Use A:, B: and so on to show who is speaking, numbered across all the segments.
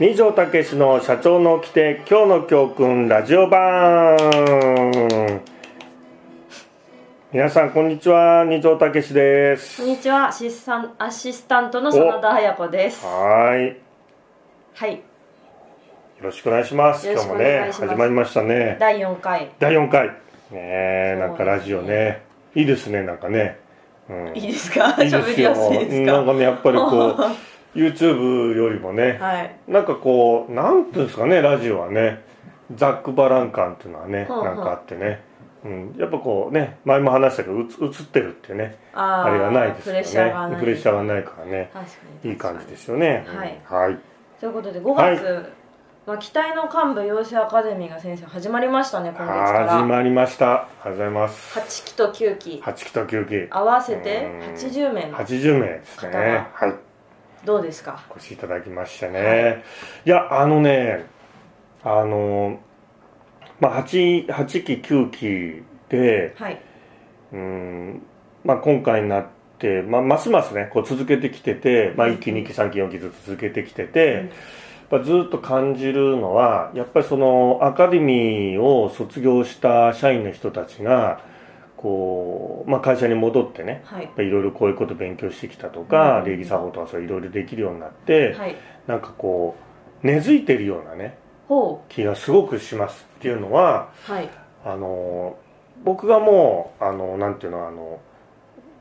A: 二条武の社長の規定今日の教訓ラジオ版皆さんこんにちは二条武で
B: こ
A: す
B: んにちはアシスタンアシスタントの真田彩子です
A: はーいよ
B: はい
A: ろしくお願いします
B: よ
A: 今日も
B: ろしくお願
A: ね
B: いします
A: 始まりましたね
B: 第4回
A: 第4回ねえなんか
B: そうですね
A: ラジオねいいですねなんかねうん
B: いいですか
A: いいで
B: 喋
A: す
B: り
A: よ
B: やすいです
A: なん
B: か
A: かねやっぱりこ う YouTube よりもね
B: はい
A: なんかこうなんていうんですかねラジオはねザック・バランカンっていうのはね
B: ほうほう
A: なんかあってね、うん、やっぱこうね前も話したけどうつ映ってるっていうね
B: あ
A: あ
B: ー
A: れがないです
B: プ
A: よ
B: レ
A: ね
B: ッシャーがない
A: プレッシャーがないからね
B: 確かに
A: いい感じですすよね
B: はい、
A: うんはい、
B: ということで5
A: はい
B: 月、まあ、期待の幹部養成アカデミーが先生始まりましたね今月から
A: 始まりましたありがとうございます
B: 8期と9期
A: 8期と9期
B: 合わせて
A: うん
B: 80名の
A: 80名ですね
B: 方が
A: はい
B: どうですか
A: お越しいただきましてね、い、やあのねあのまあ 8, 8期9期で
B: はい、
A: うんまあ、今回になって、まあ、ますますねこう続けてきてて、まあ、1期2期3期4期ずつ続けてきてて、まあ、ずっと感じるのはやっぱりそのアカデミーを卒業した社員の人たちがこう、まあ、会社に戻ってね
B: はい
A: やっぱいろいろこういうこと勉強してきたとか、
B: うん
A: 礼儀作法とかそういろいろできるようになって、
B: はい
A: なんかこう根付いてるようなね
B: ほ
A: 気がすごくしますっていうのは
B: うはい
A: あの僕がもうあのなんていうのあの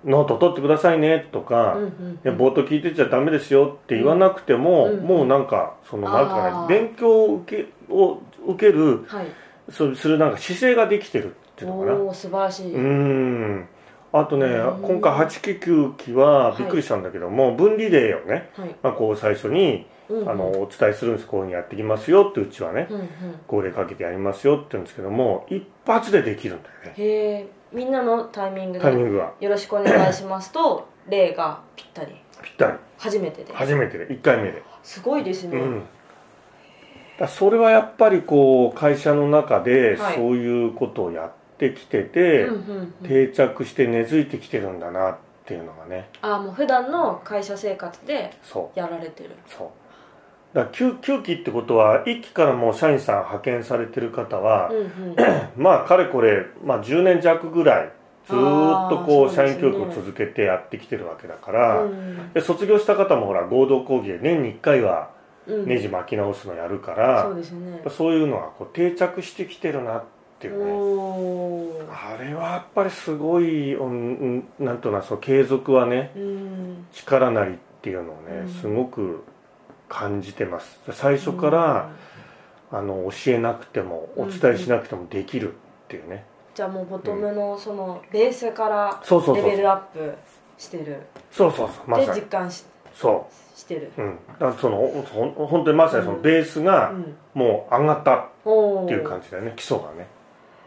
A: ノート取ってくださいねとか、
B: うんうん
A: いやぼーっと聞いてちゃダメですよって言わなくても、
B: うん
A: もうなんかそのなん
B: あ
A: か
B: ー
A: ね勉強を受けを受ける
B: はい
A: そうするなんか姿勢ができてるっていうのかなう
B: おお素晴らしい、
A: ーんあとね
B: うん
A: 今回8期9期は
B: はい
A: びっくりしたんだけども、分離例をね、
B: はい、
A: まあ、こう最初に
B: うんうん
A: あのお伝えするんですこういうふうにやってきますよってうちはね
B: うんうん
A: 号令かけてやりますよって言うんですけども一発でできるんだよね
B: へえみんなのタイミング
A: タイミ
B: で
A: ングが
B: 「よろしくお願いしま す」と「例がぴったり
A: ぴったり
B: 初めてで
A: 初めてで1回目で、
B: すごいですね、
A: うん、だからそれはやっぱりこう会社の中で
B: はい
A: そういうことをやってきて
B: うん
A: て、
B: うんうん
A: 定着して根付いてきてるんだなっていうのがね
B: ああもう普段の会社生活で
A: そう
B: やられてる
A: そうだから 9, 9期ってことは1期からもう社員さん派遣されてる方は
B: う、んうん
A: まあかれこれ、まあ、10年弱ぐらいずーっとこ
B: あーそうで
A: う社
B: すね
A: 員教育を続けてやってきてるわけだか
B: う
A: ら、
B: ん
A: で卒業した方もほら合同講義で年に1回は
B: うん
A: ネジ巻き直すのやるから、
B: そうですね
A: やっぱそういうのがこう定着してきてるなっていうね
B: おー
A: あれはやっぱりすごい、うん、うんなんとなくその継続はね
B: うん
A: 力なりっていうのをね、
B: うん
A: すごく感じてます最初から、あの教えなくてもお伝えしなくてもできるっていうね、
B: じゃあもうボトムのそのベースから
A: そうそう
B: レ
A: そう
B: ベルアップしてる
A: そうそうそうま
B: で
A: さに
B: 実感し
A: そ
B: してる
A: う、うん、だからそのほん本当にまさにそのベース
B: う
A: が
B: ん
A: もう上がったっ
B: おー
A: ていう感じだよね、基礎がね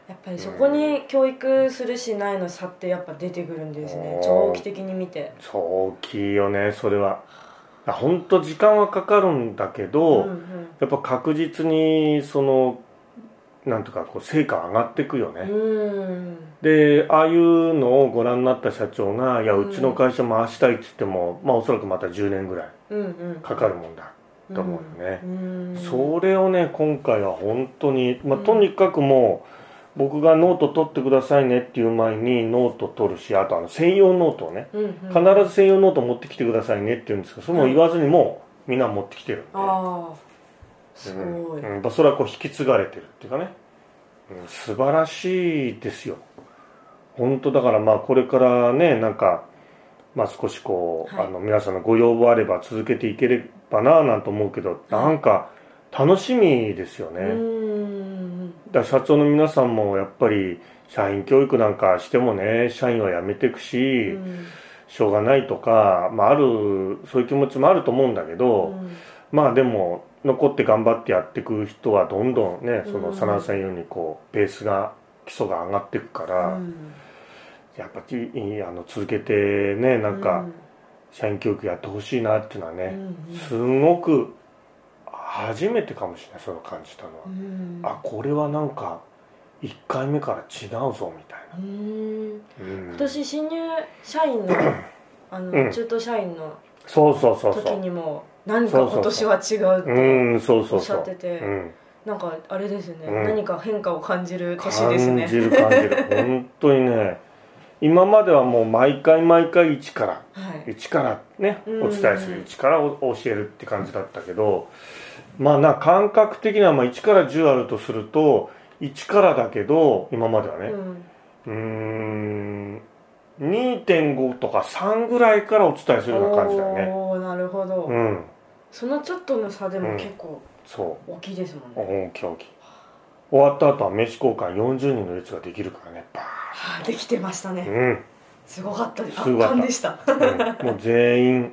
B: やっぱりそこに教育するしないの差ってやっぱ出てくるんですね長期的に見て
A: そう大きいよねそれは本当時間はかかるんだけど、
B: うんうん
A: やっぱ確実にそのなんとかこう成果上がっていくよね、
B: うん
A: でああいうのをご覧になった社長が「いや
B: うん
A: うちの会社回したい」っつっても、まあおそらくまた10年ぐらい
B: うんうん
A: かかるもんだと思うよね、
B: うん
A: それをね今回は本当に、まあ、
B: うん
A: とにかくもう、僕がノート取ってくださいねっていう前にノート取るしあとあの専用ノートをね
B: うんうん
A: 必ず専用ノート持ってきてくださいねって言うんですけどそれも言わずにもうみんな持ってきてるんで、
B: ああすご
A: う
B: い
A: んうん、まあそれはこう引き継がれてるっていうかね、うん、素晴らしいですよ本当だからまあこれからねなんか、まあ、少しこう、
B: はい
A: あの皆さんのご要望あれば続けていければなぁなんて思うけど、なんか楽しみですよね、
B: うん
A: だから社長の皆さんもやっぱり社員教育なんかしてもね社員は辞めてく
B: う
A: し、
B: ん
A: しょうがないとか、まあ、あるそういう気持ちもあると思うんだけど、
B: うん
A: まあでも残って頑張ってやっていく人はどんどんねその
B: うん
A: 佐野さん言うようにこうベースが基礎が上がっていくから、
B: うん
A: やっぱりいいあの続けてねなんか
B: う
A: 社員教育やってほしいなっていうのは
B: う
A: ね、
B: ん
A: すごく初めてかもしれないそれを感じたのは、
B: うん
A: あこれはなんか1回目から違うぞみたいな、
B: うん
A: うん
B: 今年 新入社員のあの
A: うん
B: 中途社員の
A: そうそうそうそ
B: 時
A: う
B: にも何か
A: そうそう
B: 今年は違うって
A: うんそうそうそう
B: おっしゃってて
A: うん、
B: なんかあれですね、
A: うん
B: 何か変化を感じる
A: 感
B: 年ですね
A: じる感じる本当にね今まではもう毎回毎回一から
B: はい
A: 一からね
B: うん
A: お伝えする一からお教えるって感じだったけどまあな感覚的にはまあ1から10あるとすると1からだけど今まではね
B: うん
A: うーん2.5とか3ぐらいからお伝えするような感じだよね
B: おーなるほど、
A: うん
B: そのちょっとの差でも結構
A: そ
B: 大きいですもん
A: う
B: ね、
A: 大きい大きい終わった後は名刺交換40人の列ができるからねバ
B: はいできてました
A: ー
B: ね、
A: ン、うん
B: すごかったです
A: すごかった
B: 圧巻でした
A: うんもう全員、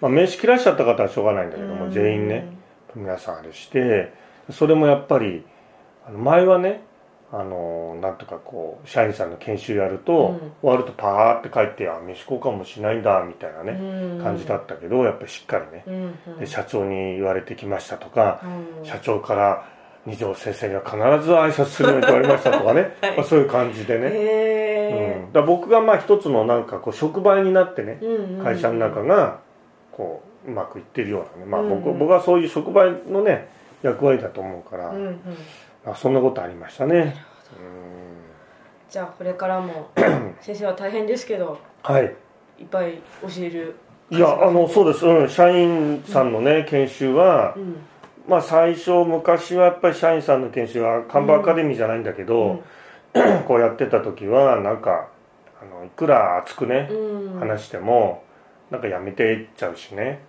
A: まあ、名刺切らしちゃった方はしょうがないんだけども全員ね皆さんあれしてそれもやっぱりあの前はねあのなんとかこう社員さんの研修やると、
B: うん
A: 終わるとパーって帰ってあ名刺交換もしないんだみたいな
B: う
A: ね、
B: ん
A: 感じだったけどやっぱりしっかりね、
B: うんうん
A: で社長に言われてきましたとか、
B: うん
A: 社長から二条先生には必ず挨拶するように言われましたとかね、
B: はい
A: まあ、そういう感じでね、
B: へ
A: うん、だから僕がまあ一つのなんかこう触媒になってね、
B: ーうんうん
A: 会社の中がこううまくいってるようなね、まあ、僕
B: うん
A: 僕はそういう触媒のね役割だと思うから、
B: うんうん
A: あそんなことありましたね
B: じゃあこれからも先生は大変ですけど
A: うんはい
B: いっぱい教える
A: いやあのそうです、うん、社員さんのね、研修は、
B: うん
A: まあ、最初昔はやっぱり社員さんの研修は看板アカデミーじゃないんだけど、こうやってた時はなんかあのいくら熱くね、
B: うん
A: 話してもなんかやめていっちゃうしね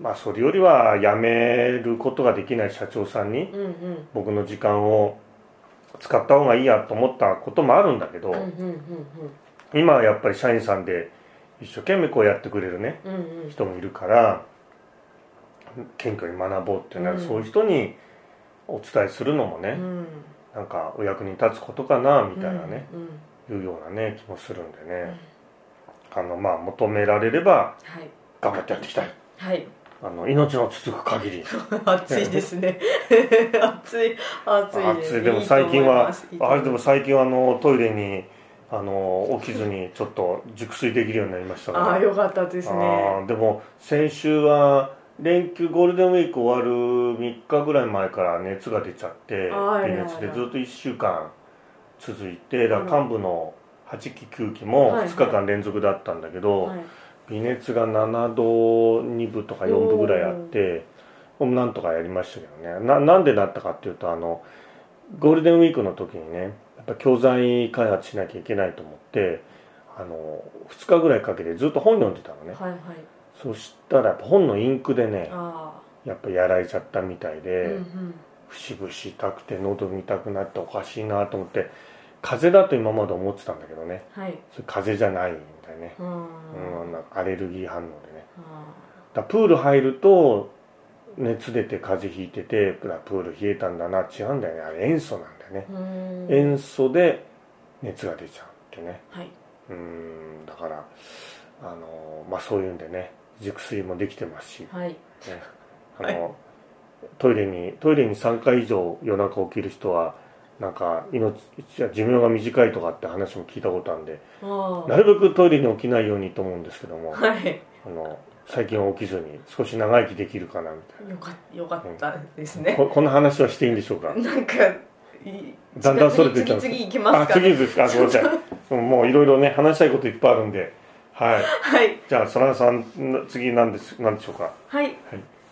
A: まあそれよりは辞めることができない社長さんに
B: うんうん
A: 僕の時間を使った方がいいやと思ったこともあるんだけど、
B: うんうん
A: 今はやっぱり社員さんで一生懸命こうやってくれるね
B: うんうんうんうん
A: 人もいるから謙虚に学ぼうってなる、
B: うん
A: そういう人にお伝えするのもね、
B: うん
A: なんかお役に立つことかなみたいなね、
B: うんう
A: い
B: ん
A: うようなね気もするんでね、あのまあ求められれば
B: はい
A: 頑張ってやっていきたい
B: はい
A: あの命の続く限り
B: 暑いです ね暑い暑い
A: 暑いでも最近はあれで
B: も
A: も最近はあのトイレにあの起きずにちょっと熟睡できるようになりましたから
B: ああよかったですね
A: あーでも先週は連休ゴールデンウィーク終わる3日ぐらい前から熱が出ちゃって
B: あら
A: 微熱でずっと1週間続いてだから幹部の8期9期も
B: はいはい
A: 2日間連続だったんだけど、
B: はい
A: 微熱が7度2分とか4分ぐらいあってもうなんとかやりましたけどねななんでなったかっていうとあのゴールデンウィークの時にねやっぱ教材開発しなきゃいけないと思ってあの2日ぐらいかけてずっと本読んでたのね
B: はいはい
A: そしたらやっぱ本のインクでね
B: あ
A: やっぱやられちゃったみたい
B: あ
A: で、
B: うんうん
A: 節々痛くて喉見たくなっておかしいなと思って風邪だと今まで思ってたんだけどね
B: はい
A: それ風邪じゃないみたいね、
B: う
A: うんん、なんかアレルギー反応でね
B: あ
A: だからプール入ると熱出て風邪ひいててプラプール冷えたんだな違うんだよねあれ塩素なんだよね
B: ーうん
A: 塩素で熱が出ちゃうってね
B: はい
A: うんだからあのまあそういうんでね熟睡もできてますし、ね、
B: はい
A: あの、トイレにトイレに3回以上夜中起きる人はなんか命寿命が短いとかって話も聞いたことあるんで
B: ああ
A: なるべくトイレに起きないようにと思うんですけども
B: はい
A: あの最近は起きずに少し長生きできるかなみたい
B: よかよかったです
A: な、
B: ね
A: ここの話はしていいんでしょうか
B: なんかい
A: だんだんそれてきた
B: 次
A: んです
B: 次々いきま
A: あ
B: すか
A: 次ですかあごめんなさいうんもういろいろね話したいこといっぱいあるんではい
B: はい
A: じゃあそらさんの次なんですなんでしょうか
B: はい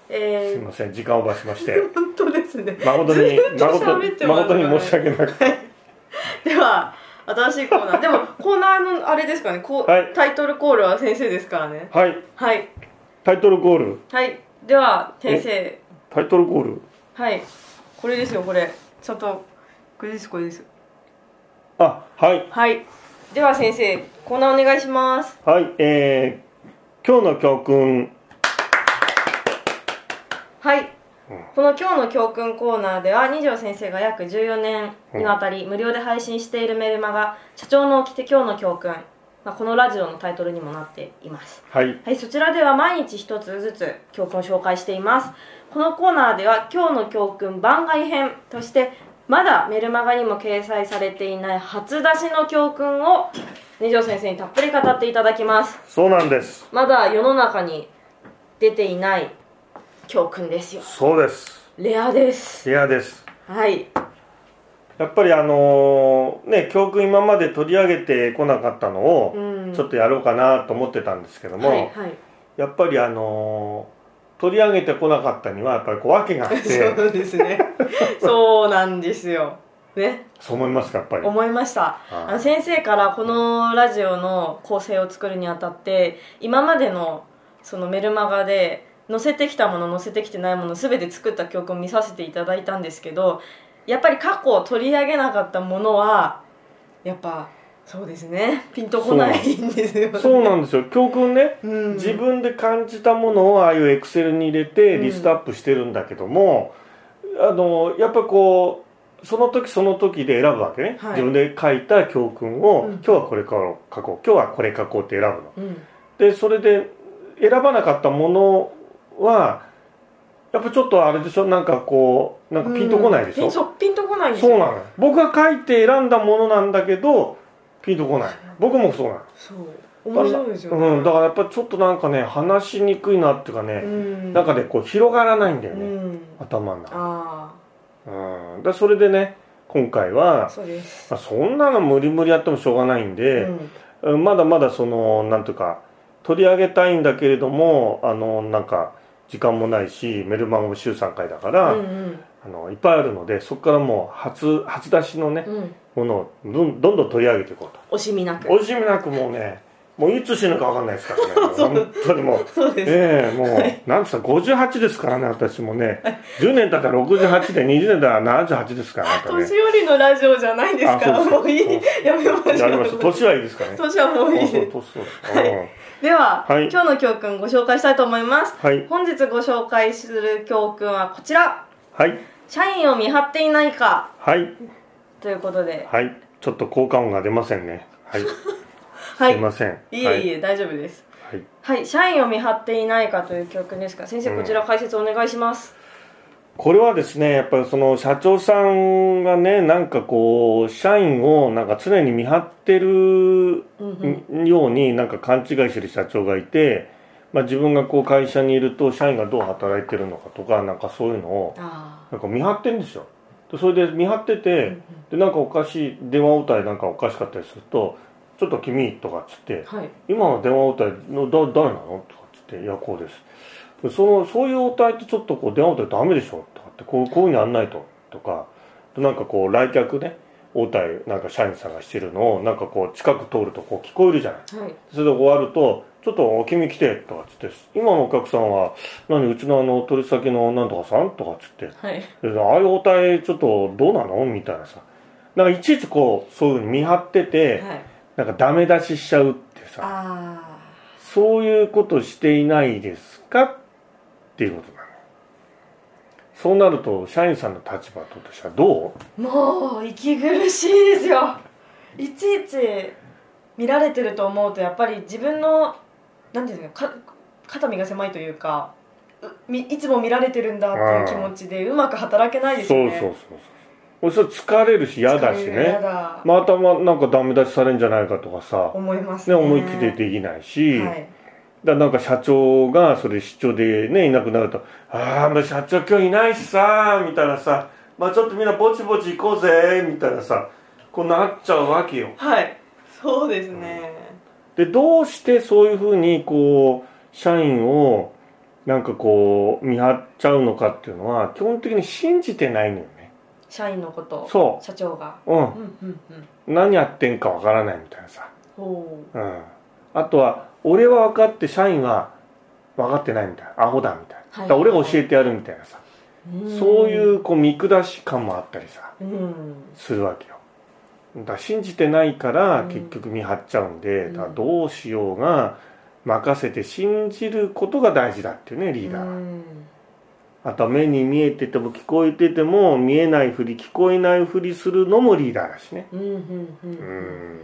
A: すい
B: え
A: ません時間オーバーしまして
B: ー、本当ですね
A: 誠に
B: ずっと
A: 誠
B: 喋っ
A: に
B: てます
A: 誠
B: ね
A: に申し訳なく
B: では新しいコーナーでもコーナーのあれですかねこう、
A: はい
B: タイトルコールは先生ですからね
A: はい
B: はい
A: タイトルゴール
B: はいでは先生
A: タイトルゴール
B: はいこれですよこれちゃんとこれですこれです
A: あはい
B: はいでは先生コーナーお願いします
A: はいえー、今日の教訓
B: はい
A: うん
B: この今日の教訓コーナーでは二条先生が約14年にわたり無料で配信しているメルマガ「社長の起きて今日の教訓」まあ、このラジオのタイトルにもなっています
A: はい
B: はい、そちらでは毎日一つずつ教訓を紹介しています。このコーナーでは今日の教訓番外編としてまだメルマガにも掲載されていない初出しの教訓を二条先生にたっぷり語っていただきます。
A: そうなんです
B: まだ世の中に出ていない教訓ですよ
A: そうです
B: レアです
A: レアです
B: はい
A: やっぱりあのーね教訓今まで取り上げてこなかったのを
B: うん
A: ちょっとやろうかなと思ってたんですけども、
B: はいはい
A: やっぱりあのー取り上げてこなかったにはやっぱりこう訳があって
B: そうですねそうなんですよね
A: そう思いますかやっぱり。
B: 思いましたあの
A: はい
B: 先生からこのラジオの構成を作るにあたって今までのそのメルマガで載せてきたもの載せてきてないもの全て作った曲を見させていただいたんですけどやっぱり過去取り上げなかったものはやっぱそうですねピンとこないんですよね
A: そうなんですよ教訓ね
B: うん
A: 自分で感じたものをああいうエクセルに入れて
B: うん
A: リストアップしてるんだけども、あのやっぱこうその時その時で選ぶわけね、
B: はい
A: 自分で書いた教訓を、
B: うん
A: 今日はこれから書こう今日はこれ書こうって選ぶの
B: うん
A: でそれで選ばなかったものはやっぱちょっとあれでしょなんかこうなんかピンとこないでしょ、
B: うんそうピンとこないんです
A: そう
B: よ
A: なのよ僕が書いて選んだものなんだけどピンとこない僕もそうなの
B: そう面白いですよね
A: うん、だからやっぱりちょっとなんかね話しにくいなっていうかね、
B: うん
A: なんかねこう広がらないんだよ
B: う
A: ね、
B: ん
A: 頭の中、
B: あ
A: うん、だそれでね今回
B: あ
A: は、
B: そうです
A: まあ、そんなの無理無理やってもしょうがないん
B: う
A: で、
B: ん
A: うんまだまだそのなんとか取り上げたいんだけれどもあのなんか時間もないしメルマガも週3回だから、
B: うんうん
A: あのいっぱいあるのでそこからもう初初出しのね
B: うん
A: ものをどんどんどん取り上げていこうと。
B: 惜しみなく
A: 惜しみなくもうねもういつ死ぬか分かんないですからね 本当にもう
B: そうです
A: ええもう、なんつった58ですからね私もね10年経ったら68で20年経ったら78ですからねあとね
B: 年寄りのラジオじゃないんですか
A: あ
B: ら
A: そうそう
B: もういいやめまし
A: やり
B: ょ
A: ましょ
B: う
A: う年はいいですからね
B: 年はもういいです
A: そうそう年うん
B: では、
A: はい
B: 今日の教訓ご紹介したいと思います
A: はい
B: 本日ご紹介する教訓はこちら
A: はい
B: 社員を見張っていないか
A: はい
B: ということで
A: はいちょっと効果音が出ませんねはいす
B: はい
A: いません、はい
B: いえいえ、大丈夫です
A: はい
B: はい社員を見張っていないかという教訓ですが先生こちら解説お願いします、
A: これはですねやっぱりその社長さんがねなんかこう社員をなんか常に見張ってる
B: うんうん
A: ようになんか勘違いしてる社長がいて、まあ、自分がこう会社にいると社員がどう働いてるのかとかなんかそういうのを
B: あ
A: なんか見張ってんですよでそれで見張って
B: ー
A: てでなんかおかしい電話応対なんかおかしかったりすると「ちょっと君」とかっつって
B: はい
A: 「今の電話応対のだ誰なの?」とかっつって「いやこうです」でそのそういう応対ってちょっとこう電話応対ダメでしょとかってこうこういうふうにやんないととかでなんかこう来客ね応対なんか社員さんがしてるのをなんかこう近く通るとこう聞こえるじゃない。
B: はい
A: それで終わると「ちょっと君来て」とかっつって「今のお客さんは何うちのあの取引先のなんとかさん?」とかっつって
B: はい
A: 「でああいう応対ちょっとどうなの?」みたいなさなんかいちいちこうそういうふうに見張ってて
B: はい
A: なんかダメ出ししちゃうってさ
B: あ
A: そういうことしていないですかっていうことなのそうなると社員さんの立場としてはどう
B: あもう息苦しいですよいちいち見られてると思うとやっぱり自分のなんていうんですかか肩身が狭いというかうみいつも見られてるんだっていう気持ちでうまく働けないです
A: そ
B: よ
A: う
B: ね
A: そうそうそうそれ疲れるし嫌だし
B: 疲れる嫌
A: ね
B: だ、
A: またまなんかダメ出しされるんじゃないかとかさ
B: 思います
A: ね、
B: ね
A: 思い切りできないし、
B: はい、
A: だなんか社長がそれ出張でねいなくなると「ああまあ社長今日いないしさ」みたいなさ「まあちょっとみんなぼちぼち行こうぜ」みたいなさこうなっちゃうわけよ。
B: はい、そうですね、
A: でどうしてそういうふうにこう社員をなんかこう見張っちゃうのかっていうのは基本的に信じてないのよね。
B: 社員のこと
A: そ
B: 社長が
A: う、う
B: うんうんうん
A: ん、何やってんかわからないみたいなさ、
B: ほ
A: うん、あとは俺は分かって社員は分かってないみたいなアホだみたいな、
B: は
A: だ
B: い
A: から俺が教えてやるみたいなさ、
B: う
A: そういううこう見下し感もあったりさ
B: うん
A: するわけよだから信じてないから
B: うん
A: 結局見張っちゃうんで、
B: うん
A: だからどうしようが任せて信じることが大事だっていうねリーダーは、
B: うん
A: あとは目に見えてても聞こえてても見えないふり聞こえないふりするのもリーダーだしね
B: うんうんうん
A: う
B: うん
A: ん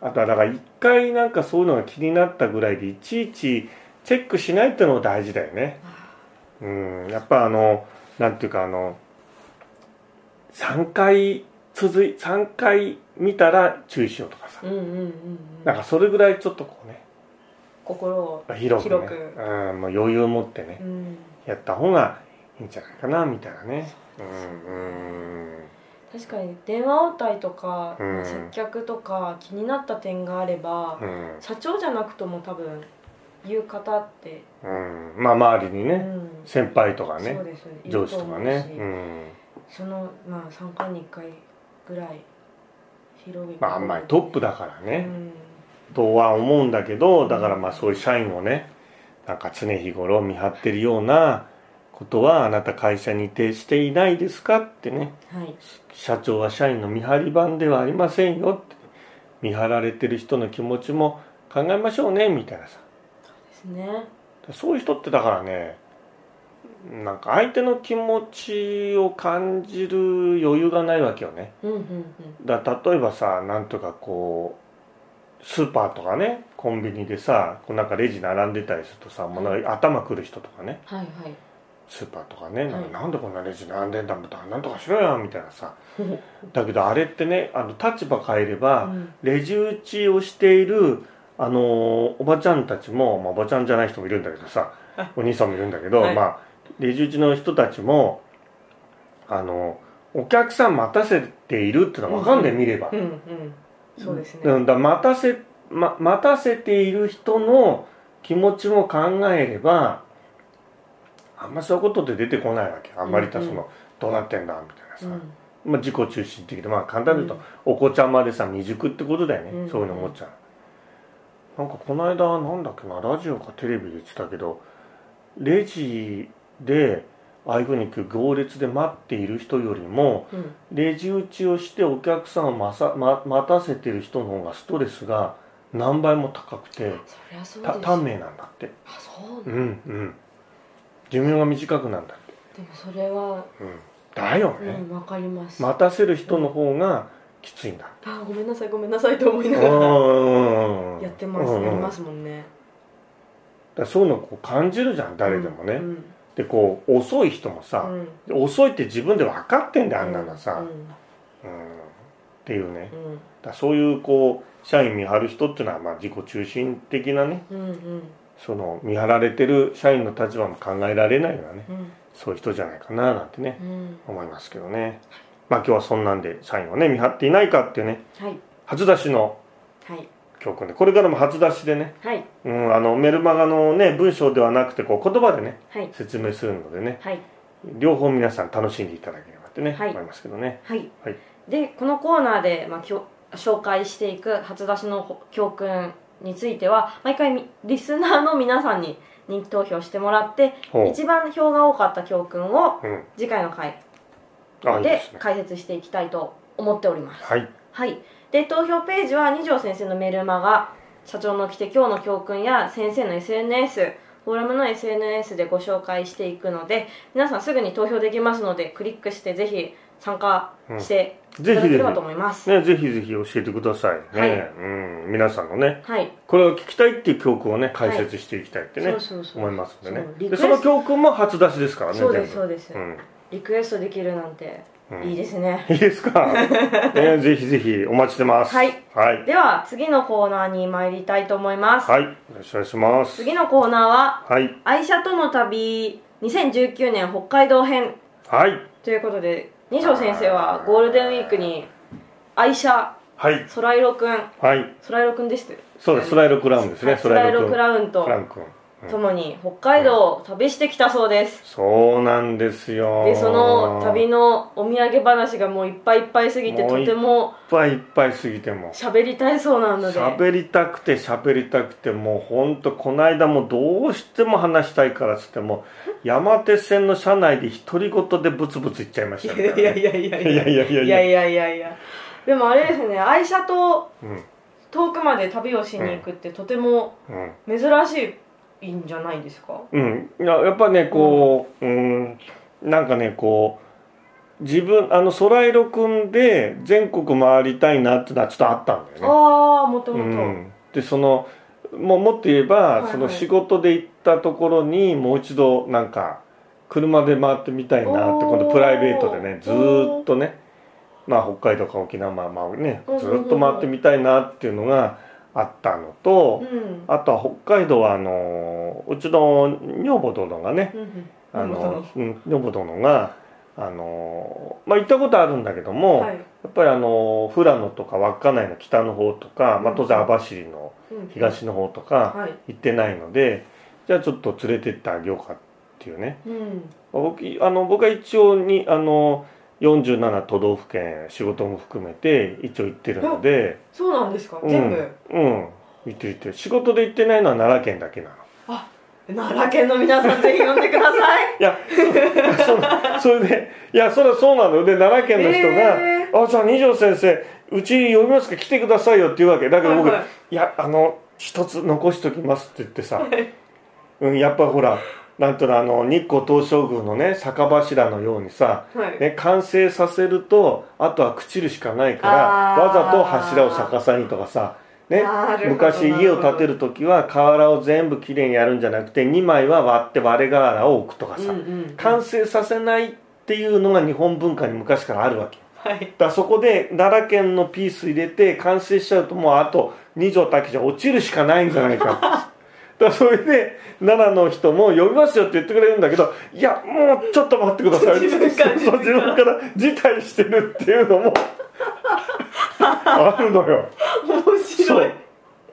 A: あとはだから一回なんかそういうのが気になったぐらいでいちいちチェックしないっていうのも大事だよねうんやっぱあのなんていうかあの3回続い3回見たら注意しようとかさ
B: うんうんうんう
A: なん
B: ん
A: かそれぐらいちょっとこうね
B: 心を
A: 広くね
B: 広く
A: うんもう余裕を持ってね
B: うん
A: やった方がいいんじゃないかなみたいなねうんうん
B: 確かに電話応対とか、
A: うん
B: 接客とか気になった点があれば、
A: うん
B: 社長じゃなくとも多分言う方って、
A: うん、まあ周りに
B: う
A: ね、
B: ん、
A: 先輩とかね
B: そうですい
A: 上
B: る
A: 司
B: と
A: とか
B: 思うし、
A: ね、うん、
B: そのまあ3回に1回ぐらい広げ
A: まああんまりトップ
B: だ
A: だからね、とは思うんだけどだからまあそういう社員をねなんか常日頃見張ってるようなことはあなた会社に徹していないですかってね
B: うん、はい
A: 社長は社員の見張り番ではありませんよって見張られてる人の気持ちも考えましょうねみたいなさ
B: ですね
A: そういう人ってだからねなんか相手の気持ちを感じる余裕がないわけよね
B: うんうんうん
A: だ例えばさなんとかこうスーパーとかねコンビニでさこうなんかレジ並んでたりするとさ、もうなんか頭くる人とかね
B: はいはい
A: スーパーとかね、なんか
B: はい
A: なんでこんなレジ並んでんだもんなんとかしろよみたいなさだけどあれってねあの立場変えれば、
B: うん
A: レジ打ちをしているあのーおばちゃんたちも、まあ、おばちゃんじゃない人もいるんだけどさお兄さんもいるんだけど、
B: はい
A: まあレジ打ちの人たちもあのお客さん待たせているってのは分かんない、見れば
B: うんうんそうですね、
A: うんだ待たせ、ま、待たせている人の気持ちも考えればあんまそういうことって出てこないわけあんまりた
B: うんうん
A: その、どうなってんだみたいなさ、
B: うん
A: まあ、自己中心的でまあ簡単に言うと、
B: うん
A: お子ちゃまでさ未熟ってことだよね、
B: うん
A: そういうの思っちゃうなんかこの間なんだっけなラジオかテレビで言ってたけどレジでああいうふうに行列で待っている人よりも、
B: うん
A: レジ打ちをしてお客さんをまさ、ま、待たせてる人の方がストレスが何倍も高くて
B: そりゃそうで
A: た
B: す
A: 短命なんだって
B: あそう
A: う
B: で
A: んうん寿命が短くなんだって、
B: もそれは、
A: うん、だよ
B: う
A: ね、
B: ん、わかります、
A: 待たせる人の方がきついんだ
B: あごめんなさいごめんなさいと思いうながら
A: ん
B: やってます、
A: うん
B: や
A: う
B: り
A: ん
B: ま
A: だか
B: すもんね
A: らそういうのこう感じるじゃん誰でもね、
B: うんうん
A: でこう遅い人も
B: う
A: さ、
B: ん
A: 遅いって自分で分かってんだよあんなのさ、
B: う
A: うん、っていうね
B: んうん
A: だからそういうこう社員見張る人っていうのはまあ自己中心的なね
B: うんうん
A: その見張られてる社員の立場も考えられないようなね
B: うん
A: そういう人じゃないかななんてね
B: うん
A: 思いますけどねまあ今日はそんなんで社員をね見張っていないかっていうね
B: はい
A: 初出しの
B: はい
A: 教訓でこれからも初出しでね、
B: はい
A: うん、あのメルマガのね文章ではなくてこう言葉でね
B: はい
A: 説明するのでね
B: はい
A: 両方皆さん楽しんでいただければってね、
B: はい
A: 思いますけどね
B: はい、
A: はい
B: でこのコーナーで、まあ、きょ紹介していく初出しの教訓については毎回みリスナーの皆さんに人気投票してもらって
A: ほう
B: 一番票が多かった教訓を
A: うん
B: 次回の回
A: あいいで
B: です
A: ね
B: 解説していきたいと思っております
A: はい
B: はいで投票ページは二条先生のメルマガ社長の来て今日の教訓や先生の SNS フォーラムの SNS でご紹介していくので皆さんすぐに投票できますのでクリックしてぜひ参加してい
A: ぜひ
B: ただ
A: ぜ
B: け
A: ひ
B: ればと思います、
A: ね、ぜひぜひ教えてくださいね、
B: はい
A: うん、皆さんのね
B: はい
A: これを聞きたいっていう教訓をね解説していきたいってね、
B: そうそうそう
A: 思いますんでね
B: そうリク
A: で
B: エスト
A: その教訓も初出しですからね
B: そうです
A: 全部
B: そうです、
A: うん
B: リクエストできるなんて
A: うん
B: いいですね、
A: いいです か、ね、ぜひぜひお待ちしてます
B: はい
A: はい、
B: では次のコーナーに参りたいと思います、
A: はい、よろしくお願いします
B: 次のコーナーは
A: はい
B: 愛車との旅2019年北海道編
A: はい
B: ということで二条先生はゴールデンウィークに愛車
A: はい
B: ソライロくん
A: はい
B: ソライロくんでした
A: そうですスライドクラウンですね、
B: はいソライロ
A: ク
B: ク
A: ラウン
B: ラウンと
A: クラウン君
B: ともに北海道を旅してきたそうです
A: そうなんですよ
B: でその旅
A: いっ
B: のお土産話がもういっぱいいっぱいすぎて
A: もうい
B: とても
A: ぱいいっぱい過ぎても
B: 喋りたいそうなので
A: 喋りたくて喋りたくてもうほんとこの間もどうしても話したいからっつっても山手線の車内で独り言でブツブツ言っちゃいましたみたいなね
B: やいや
A: いやいやいやい
B: い
A: や
B: やいやいやいやでもあれですね愛車と
A: うん
B: 遠くまで旅をしに行くってとても珍しいんじゃないですか
A: うん、うん、いややっぱねこううんなんかねこう自分あのソライロくんで全国回りたいなってのはちょっとあったんだよね
B: ああもとも
A: う
B: と
A: ん、でそのもうもっと言えば、
B: いはい
A: その仕事で行ったところにもう一度なんか車で回ってみたいなって
B: おー
A: 今度プライベートでねずーっとね、まあ、北海道か沖縄まあまあねずーっと回ってみたいなっていうのがあったのと、
B: うん
A: あとは北海道はあののうちの女房殿がね
B: うん
A: あ
B: なるほ
A: の、うん、女房殿があのまあ行ったことあるんだけども、
B: はい
A: やっぱりあの富良野とか稚内の北の方とか、まあ、
B: うん
A: 当然網走の
B: うん
A: 東の方とか
B: はい
A: 行ってないので、じゃあちょっと連れてってあげようかっていうね
B: うん
A: 僕あの僕は一応にあの47都道府県仕事も含めて一応行ってるので、
B: そうなんですか
A: うん、
B: 全部
A: うん行ってる行ってる仕事で行ってないのは奈良県だけなの
B: 奈良県の皆さんぜひ呼んでください
A: い やそ それでいやそれはそうなので奈良県の人が
B: え
A: 「あじゃあ二条先生うち呼びますから来てくださいよ」って言うわけだ
B: ー
A: けど僕、
B: はいはい
A: いやあの一つ残しときますって言ってさ、うん、やっぱほらなんとなあの日光東照宮のね酒柱のようにさ、
B: はい
A: ね、完成させるとあとは朽ちるしかないから
B: あー
A: わざと柱を逆さにとかさ、ね、
B: なるほど
A: 昔家を建てる時は瓦を全部きれいにやるんじゃなくて2枚は割って割れ瓦を置くとか
B: うん
A: さ、
B: うん
A: 完成させないっていうのが日本文化に昔からあるわけ。
B: はい
A: だからそこで奈良県のピース入れて完成しちゃうともうあと二条滝じゃ落ちるしかないんじゃないか だからそれで奈良の人も呼びますよって言ってくれるんだけどいやもうちょっと待ってください
B: 自分から
A: そうそう自分から辞退してるっていうの もあるのよ
B: 面
A: そ
B: 白いう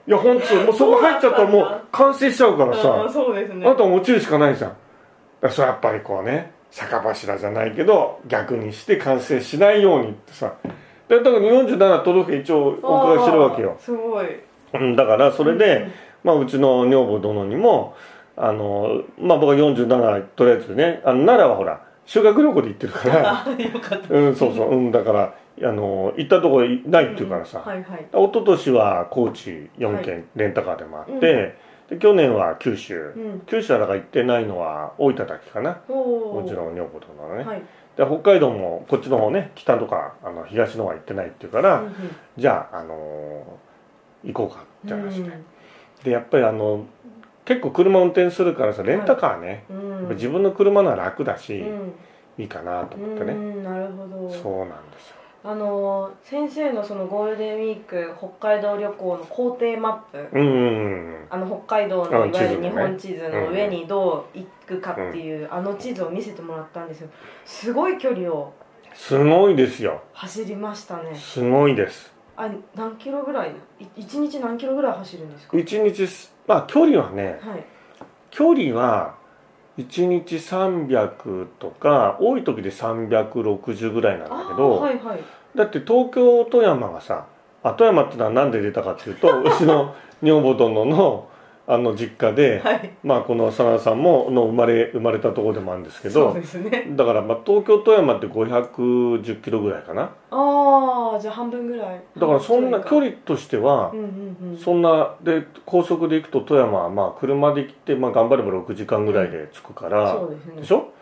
A: いや本当もうそこ入っちゃったらもう完成しちゃうからさ、
B: うんそうですね
A: あとは落ちるしかないじゃんだからそれはやっぱりこうね酒柱じゃないけど逆にして完成しないようにってさでだから47都道府県一応お伺いしてるわけよ
B: あーすごい
A: うんだからそれで、まあ、うちの女房殿にもあの、まあ、僕は47とりあえずねあの奈良はほら修学旅行で行ってる から、
B: あーよかった
A: うん、そうそう、うん、だからあの行ったとこいないっていうからさ、
B: はいはい
A: 一昨年は高知4
B: は
A: 県レンタカーでもあって、
B: うん
A: で去年は九州、
B: うん
A: 九州はだから行ってないのは大分だけかな
B: おお
A: もちろん女房となのね、
B: はい
A: で北海道もこっちの方ね北とかあの東の方は行ってないっていうか
B: う
A: ら、
B: んうん
A: じゃあ、あのー行こうかって話で、
B: うん
A: でやっぱりあの結構車運転するからさレンタカーね、
B: うん
A: やっぱ自分の車なら楽だし、
B: うん
A: いいかなと思って
B: う
A: ね、
B: んなるほど
A: そうなんですよ
B: あの先生のそのゴールデンウィーク北海道旅行の行程マップ
A: うんうんうん
B: あの北海道
A: あ
B: のい
A: 地
B: わ
A: 図
B: ゆる
A: のね
B: 日本地図の上にどう行くかっていう、あの地図を見せてもらったんですよすごい距離を
A: すごいですよ
B: 走りましたね
A: すごいです
B: あ何キロぐらいい一日何キロぐらい走るんですか
A: 一日すまあ距離はね、
B: はい
A: 距離は1日300とか多い時で360ぐらいなんだけ
B: あー
A: ど、
B: はいはい
A: だって東京富山がさあ富山ってのは何で出たかっていう とうちの女房殿のあの実家で、
B: はい
A: まあこの真田さんもの生まれ生まれたところでもあるんですけ
B: そ
A: ど
B: うですね
A: だからまあ東京富山って510キロぐらいかな
B: ああじゃあ半分ぐらい
A: だからそんな距離としては
B: うん、うんうん
A: そんなで高速で行くと富山はまあ車で来て、まあ、頑張れば6時間ぐらいで着くから、
B: そうですね
A: でしょ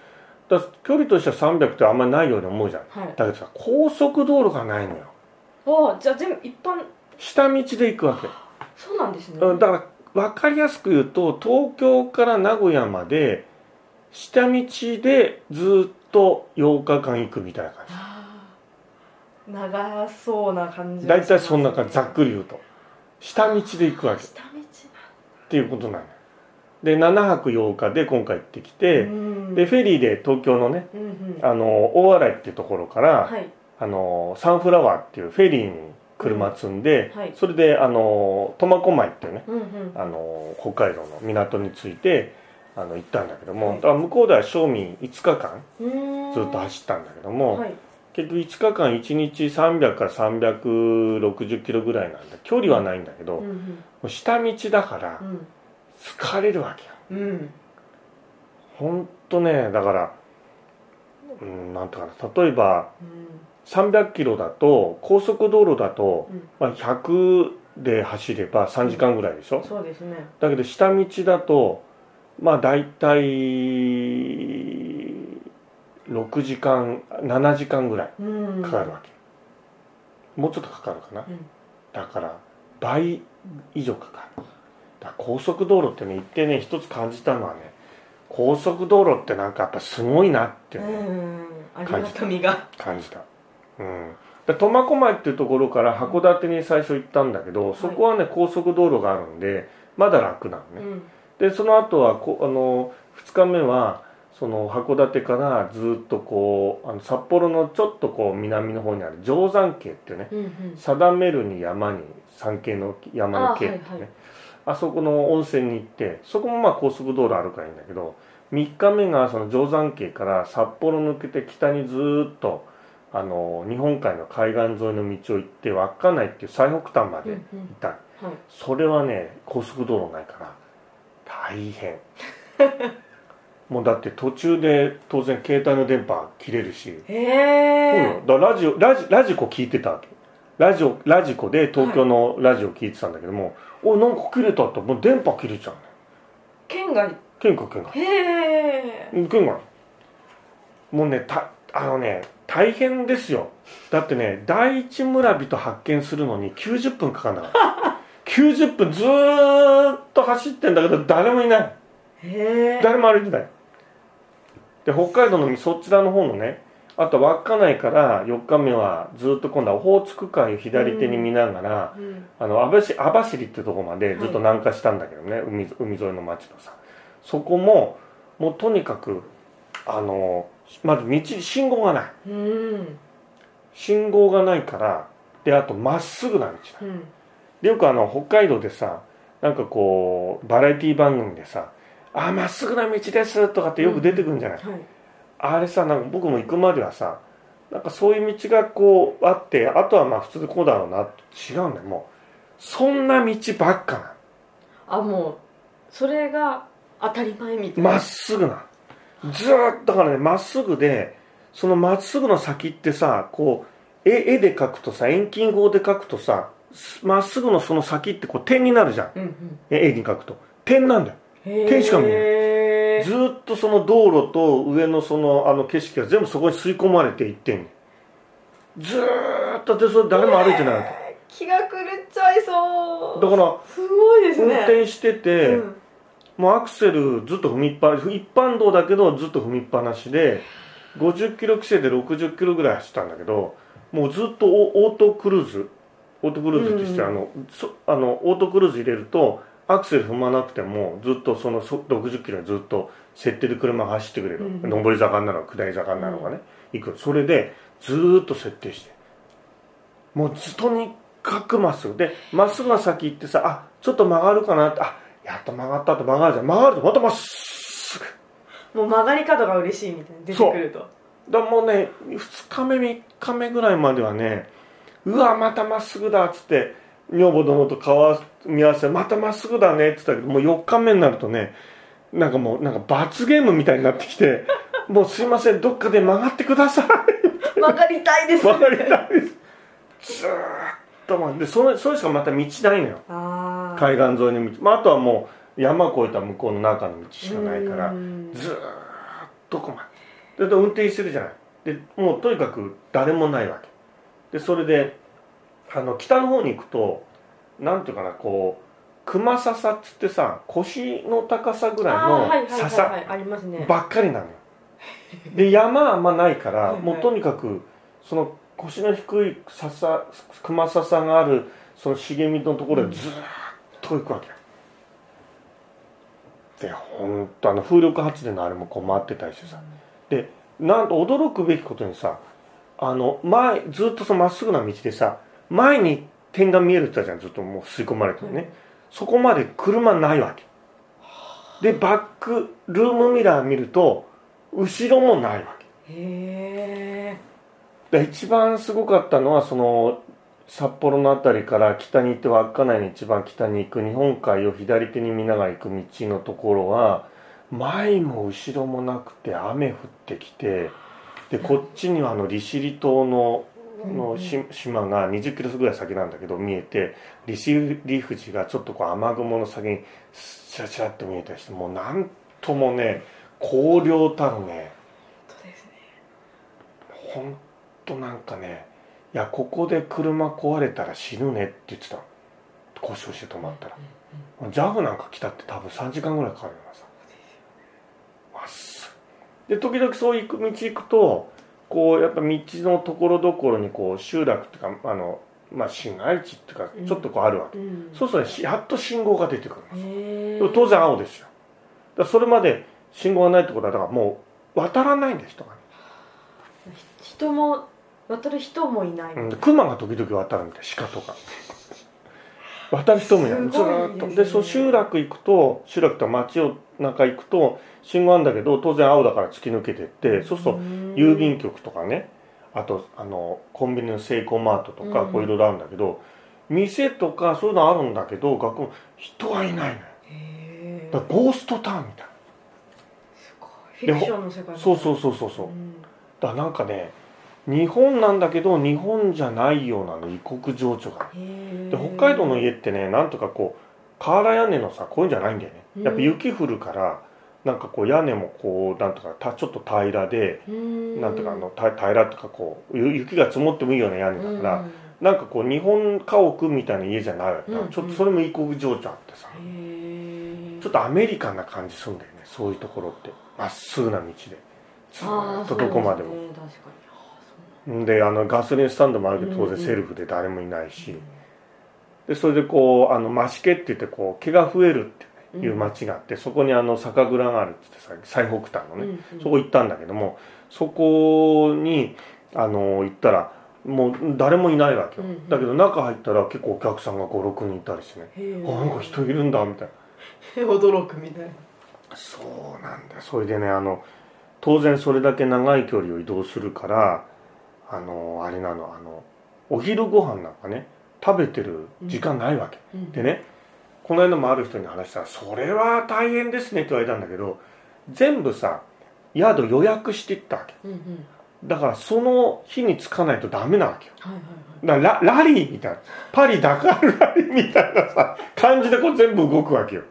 A: だから距離としては300ってあんまりないように思うじゃん
B: はい
A: だけどさ高速道路がないのよ
B: ああじゃあ全部一般
A: 下道で行くわけ、
B: そうなんですね
A: うん、だから分かりやすく言うと東京から名古屋まで下道でずっと8日間行くみたいな感
B: あー長そうな感
A: じ
B: じ
A: 大体そんな感じざっく
B: り
A: り言うと下道で行くわけっ
B: 下道
A: ていうことなのよで7泊8日で今回行ってきて、
B: うん
A: でフェリーで東京のね
B: うんうん
A: あの大洗っていうところから、
B: はい
A: あのサンフラワーっていうフェリーに車積んで、
B: はい
A: それであの苫小牧っていうね
B: うんうん
A: あの北海道の港に着いてあの行ったんだけども、
B: はい
A: だから向こうでは正味5日間
B: うーん
A: ずっと走ったんだけども、
B: はい
A: 結局5日間1日300から360キロぐらいなんだ距離はないんだけど、
B: う
A: も
B: んうん
A: う下道だから
B: うん
A: 疲れるわけよ
B: うん
A: ほんとねだから、うん、なんとかな例えば
B: うん
A: 300キロだと高速道路だと、
B: うん
A: まあ、100で走れば3時間ぐらいでしょ、
B: そうですね
A: だけど下道だとまあ大体6時間7時間ぐらい
B: うん
A: かかるわけ、もうちょっとかかるかな、
B: うん
A: だから倍以上かかるだから高速道路ってね一定ね一つ感じたのはね高速道路ってなんかやっぱすごいなって
B: う
A: ね、
B: んありがたみが
A: 感じた、うん、で苫小牧っていうところから函館に最初行ったんだけど、
B: はい
A: そこはね高速道路があるんでまだ楽なの
B: う
A: ね、
B: ん
A: でその後はこあの2日目はその函館からずっとこうあの札幌のちょっとこう南の方にある定山渓っていうね
B: うんうん
A: 定めるに山に山系の山の系ってね
B: あ
A: あ,、
B: はいはい
A: そこの温泉に行ってそこもまあ高速道路あるからいいんだけど3日目がその定山渓から札幌抜けて北にずーっとあの日本海の海岸沿いの道を行って稚内っていう最北端まで
B: う
A: 行
B: んうん
A: った、
B: はい
A: それはね高速道路ないから大 変もうだって途中で当然携帯の電波切れるし
B: へ
A: そう
B: え
A: よだからラジオラジラジコ聞いてたわけラジオラジコで東京のラジオ聞いてたんだけども、おいなんか切れたってもう電波切れちゃうね
B: 県外
A: 県外県外
B: へえ
A: うん県外もうねたあのね大変ですよだってね第一村人発見するのに90分かかんなかった 90分ずーっと走ってんだけど誰もいない
B: へえ
A: 誰も歩いてないで北海道のそちらの方のねあと稚内から4日目はずっと今度はオホーツク海を左手に見ながら、
B: うん
A: あの網走網走ってとこまでずっと南下したんだけどね、海海沿いの町のさそこももうとにかくあのまず道信号がない
B: うん
A: 信号がないからであとまっすぐな道だ
B: うん
A: でよくあの北海道でさなんかこうバラエティ番組でさ「あまっすぐな道です」とかってよく出てくるんじゃない、
B: はい
A: あれさなんか僕も行くまではさなんかそういう道がこうあってあとはまあ普通こうだろうなって違うんだよもうそんな道ばっか
B: あもうそれが当たり前み
A: ない
B: た
A: ま
B: な
A: っすぐなずーっとだからねまっすぐでそのまっすぐの先ってさこう絵絵で描くとさ遠近法で描くとさまっすぐのその先ってこう点になるじゃん
B: うんうん
A: 絵に描くと点なんだよ天しか見えない
B: へ
A: ずーっとその道路と上のそのあの景色が全部そこに吸い込まれていってんのずーっとでそれ誰も歩いてないわけ
B: え気が狂っちゃいそう
A: だから
B: すごいです
A: 運
B: ね
A: 転してて、
B: うん
A: もうアクセルずっと踏みっぱ一般道だけどずっと踏みっぱなしで50キロ規制で60キロぐらい走ったんだけどもうずっとオオートクルーズオートクルーズってして、
B: うん
A: あのそあのオートクルーズ入れるとアクセル踏まなくてもずっとそのそ60キロにずっと設定で車が走ってくれる、
B: うん
A: 上り坂になのか下り坂になのかね、行くそれでずーっと設定してもうずとにかくまっすぐでまっすぐな先行ってさあちょっと曲がるかなってあやっと曲がったと曲がるじゃん曲がるとまたまっす
B: もう曲がり角が嬉しいみたいな出てくると
A: ぐだからもうね2日目3日目ぐらいまではねうわまたまっすぐだっつって女房殿と顔合わせ見合わせまたまっすぐだねっつったけどもう4日目になるとねなんかもうなんか罰ゲームみたいになってきてもうすいませんどっかで曲がってください
B: 曲がりたいです
A: わかりたいですずーっとまでそれそれしかまた道ないのよ
B: ああ
A: 海岸沿いの道、まあ、あとはもう山越えた向こうの中の道しかないから
B: うん
A: ずーっとこまでで運転してるじゃないでもうとにかく誰もないわけでそれであの北の方に行くとなんていうかなこう熊笹っつってさ腰の高さぐ
B: あーは
A: らい
B: い
A: の
B: はい
A: 笹
B: はいはいありますね
A: ばっかりなのよで山はあんまないから
B: はいはい
A: もうとにかくその腰の低い笹熊笹があるその茂みのところへずーっと行くわけよ、でほんとあの風力発電のあれもこう回ってたりしてさでなんと驚くべきことにさあの前ずっとそのまっすぐな道でさ前に点が見えるって言ったじゃんずっともう吸い込まれてるね、
B: はい
A: そこまで車ないわけでバックルームミラー見ると後ろもないわけ
B: へえ
A: で一番すごかったのはその札幌の辺りから北に行って稚内に一番北に行く日本海を左手に見ながら行く道のところは前も後ろもなくて雨降ってきてでこっちにはあの利尻島ののし島が20キロぐらい先なんだけど見えて利尻富士がちょっとこう雨雲の先にシャシャッと見えたりしてもうなんともね荒涼たるね
B: そうですね
A: ほんとなんかね「いやここで車壊れたら死ぬね」って言ってたの故障して止まったら JAF なんか来たって多分3時間ぐらいかかるようなさまっすぐで時々そういう道行くとこうやっぱ道のところどころにこう集落っていうかあのまあ、市街地っていうか
B: うん
A: ちょっとこうあるわけ、
B: うん
A: そうするとねやっと信号が出てくるんです
B: へ
A: でも
B: ー
A: 当然青ですよだからそれまで信号がないってことはだからもう渡らないんです人がね、
B: 人も渡る人もいない、
A: うん、熊が時々渡るんで鹿とか渡る人もいない
B: すごい
A: ずーっとで
B: で
A: す
B: ね
A: そう集落行くと集落とか町を中行くと信号あるんだけど当然青だから突き抜けてってそうすると
B: ん
A: 郵便局とかねあとあのコンビニのセイコーマートとか
B: うん
A: こういろいろあるんだけど、店とかそういうのあるんだけど学校人はいないのよ
B: へー
A: だからゴーストターンみたい
B: すごいフィクションの世界
A: なそうそううそうそうそう
B: うん
A: だからなんかね日本なんだけど日本じゃないようなね異国情緒があ
B: へ
A: る
B: ー
A: で北海道の家ってねなんとかこう瓦屋根のさこういうんじゃないんだよねやっぱ雪降るから、なんかこう屋根もこうなんとかたちょっと平らで、
B: うん
A: なんとかあのた平らとかこうゆ雪が積もってもいいような屋根だから、なんかこう日本家屋みたいな家じゃないわけだ、
B: うん
A: ちょっとそれも異国情緒あってさ、
B: うんへー
A: ちょっとアメリカンな感じするんだよねそういうところってまっすぐな道でず
B: あ
A: ー
B: ー
A: っとどこまでも
B: そうすね確かに
A: んであのガソリンスタンドもあるけど当
B: うんう
A: 然
B: ん
A: セルフで誰もいないし、
B: あ
A: でそれでこうあの増毛って言ってこう毛が増えるって
B: ー
A: いう
B: そう
A: 町があって、そこにあの酒蔵があるって言ってさ最北端のね、そこ行ったんだけどもそこにあの行ったらもう誰もいないわけよ、
B: うんうん
A: だけど中入ったら結構お客さんが56人いたりしてね、
B: うん
A: あなんか人いるんだみたい
B: へー驚くみたいな
A: なそうなんだよそれでねあの当然それだけ長い距離を移動するからあのあれなのあのお昼ご飯なんかね食べてる時間ないわけ、
B: うん
A: でねこの間もある人に話したら「それは大変ですね」って言われたんだけど全部さ宿予約していったわけ
B: うんうん
A: だからその日に着かないとダメなわけよ
B: はいはいはい
A: だからララリーみたいなパリダカールラリーみたいなさ感じでこう全部動くわけよ、